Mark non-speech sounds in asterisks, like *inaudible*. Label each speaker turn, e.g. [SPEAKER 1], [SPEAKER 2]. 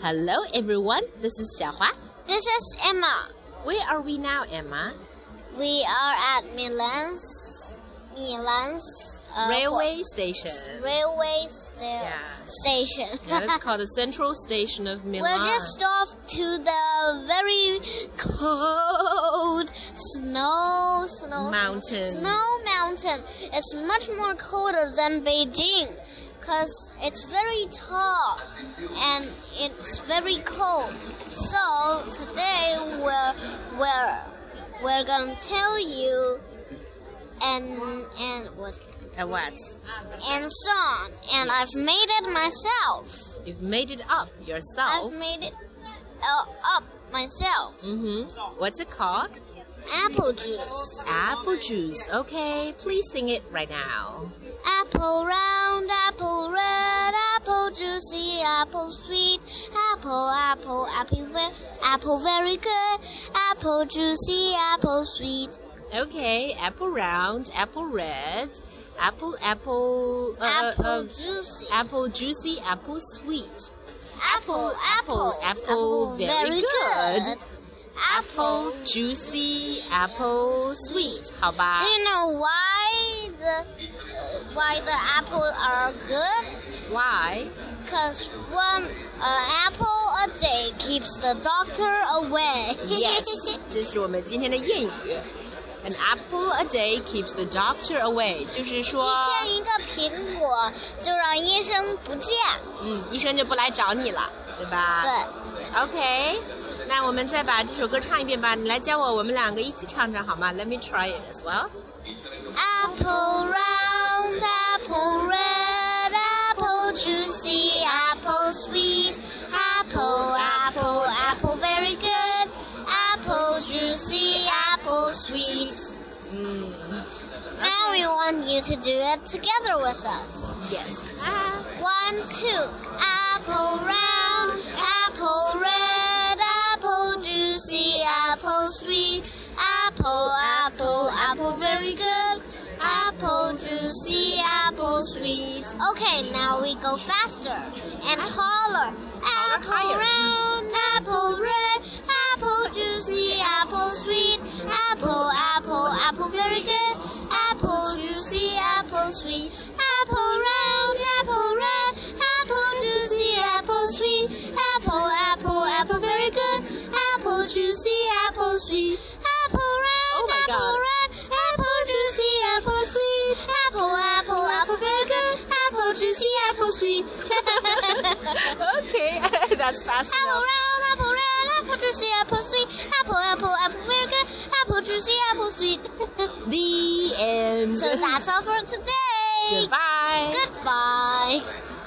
[SPEAKER 1] Hello, everyone. This is Xiaohua.
[SPEAKER 2] This is Emma.
[SPEAKER 1] Where are we now, Emma?
[SPEAKER 2] We are at Milan's Milan's uh,
[SPEAKER 1] Railway
[SPEAKER 2] *laughs*
[SPEAKER 1] station.
[SPEAKER 2] what- railway sta-
[SPEAKER 1] Yeah.
[SPEAKER 2] station.
[SPEAKER 1] Yeah,
[SPEAKER 2] *laughs*
[SPEAKER 1] that's called the Central Station of Milan.
[SPEAKER 2] We're just off to the very cold snow, snow
[SPEAKER 1] Mountain.
[SPEAKER 2] Snow mountain. It's much more colder than Beijing because it's very tall and it's very cold. So today we're we're we're gonna tell you and and what
[SPEAKER 1] Uh, what?
[SPEAKER 2] and song and I've made it myself.
[SPEAKER 1] You've made it up yourself.
[SPEAKER 2] I've made it uh, up myself.
[SPEAKER 1] Mm-hmm. What's it called?
[SPEAKER 2] Apple juice.
[SPEAKER 1] Apple juice. Okay, please sing it right now.
[SPEAKER 2] Apple round, apple red, apple juicy, apple sweet, apple, apple, apple, ve- apple very good, apple juicy, apple sweet,
[SPEAKER 1] Okay, apple round, apple red, apple apple uh,
[SPEAKER 2] apple
[SPEAKER 1] uh,
[SPEAKER 2] juicy,
[SPEAKER 1] apple juicy, apple sweet.
[SPEAKER 2] apple, apple,
[SPEAKER 1] apple, apple very good.
[SPEAKER 2] apple.
[SPEAKER 1] Juicy apple sweet. 好吧
[SPEAKER 2] Do。you know why the uh, why the apple are good?
[SPEAKER 1] Why?
[SPEAKER 2] Because one uh, apple a day keeps the doctor away.
[SPEAKER 1] Yes，这是我们今天的谚语。An apple a day keeps the doctor away，就是说，
[SPEAKER 2] *laughs* 一天一个苹果就让医生不见。
[SPEAKER 1] 嗯，医生就不来找你了，对吧？
[SPEAKER 2] 对，
[SPEAKER 1] OK，那我们再把这首歌唱一遍吧。你来教我，我们两个一起唱唱好吗？Let me try it as well.
[SPEAKER 2] Apple round, apple red, apple juicy, apple sweet, apple, apple, apple very good, apple juicy, apple sweet.
[SPEAKER 1] 嗯
[SPEAKER 2] Now we want you to do it together with us.
[SPEAKER 1] Yes. *laughs*
[SPEAKER 2] One, two. Apple round, apple red, apple juicy, apple sweet, apple, apple, apple very good, apple juicy, apple sweet. Okay, now we go faster and taller. Apple
[SPEAKER 1] higher.
[SPEAKER 2] round, apple red, apple juicy, apple sweet, apple, apple, apple very good, apple juicy, apple sweet, apple round, apple red, apple juicy, apple sweet, apple, apple, apple very good, apple juicy, apple sweet, apple round,
[SPEAKER 1] Oh my
[SPEAKER 2] apple
[SPEAKER 1] God.
[SPEAKER 2] red, apple juicy, apple sweet, apple, apple, apple very good, apple juicy, apple sweet. *laughs*
[SPEAKER 1] Okay, *laughs* that's fast
[SPEAKER 2] Apple
[SPEAKER 1] enough.
[SPEAKER 2] round, apple red, apple juicy, apple sweet, apple, apple, apple very good, apple juicy, apple sweet.
[SPEAKER 1] The end.
[SPEAKER 2] so that's all for today.
[SPEAKER 1] Goodbye.
[SPEAKER 2] Goodbye.